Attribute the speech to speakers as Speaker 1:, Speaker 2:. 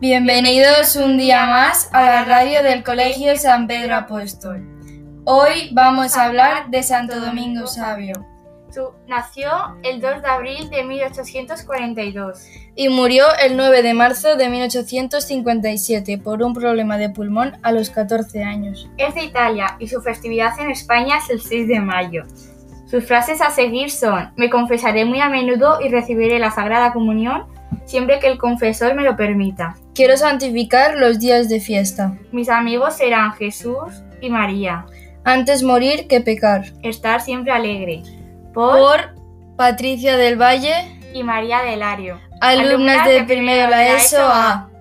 Speaker 1: Bienvenidos un día más a la radio del Colegio San Pedro Apóstol. Hoy vamos a hablar de Santo Domingo Sabio
Speaker 2: Su- Nació el 2 de abril de 1842.
Speaker 1: y murió el 9 de marzo de 1857 por un problema de pulmón a los 14 años.
Speaker 2: Es de Italia y su festividad en España es el 6 de mayo. Sus frases a seguir son, me confesaré muy a menudo y recibiré la Sagrada Comunión siempre que el confesor me lo permita.
Speaker 1: Quiero santificar los días de fiesta,
Speaker 2: Mis amigos serán Jesús y María.
Speaker 1: antes morir que pecar.
Speaker 2: Estar siempre alegre. Por,
Speaker 1: Por Patricia del Valle,
Speaker 2: y María Delario.
Speaker 1: alumnas de primero la ESO A.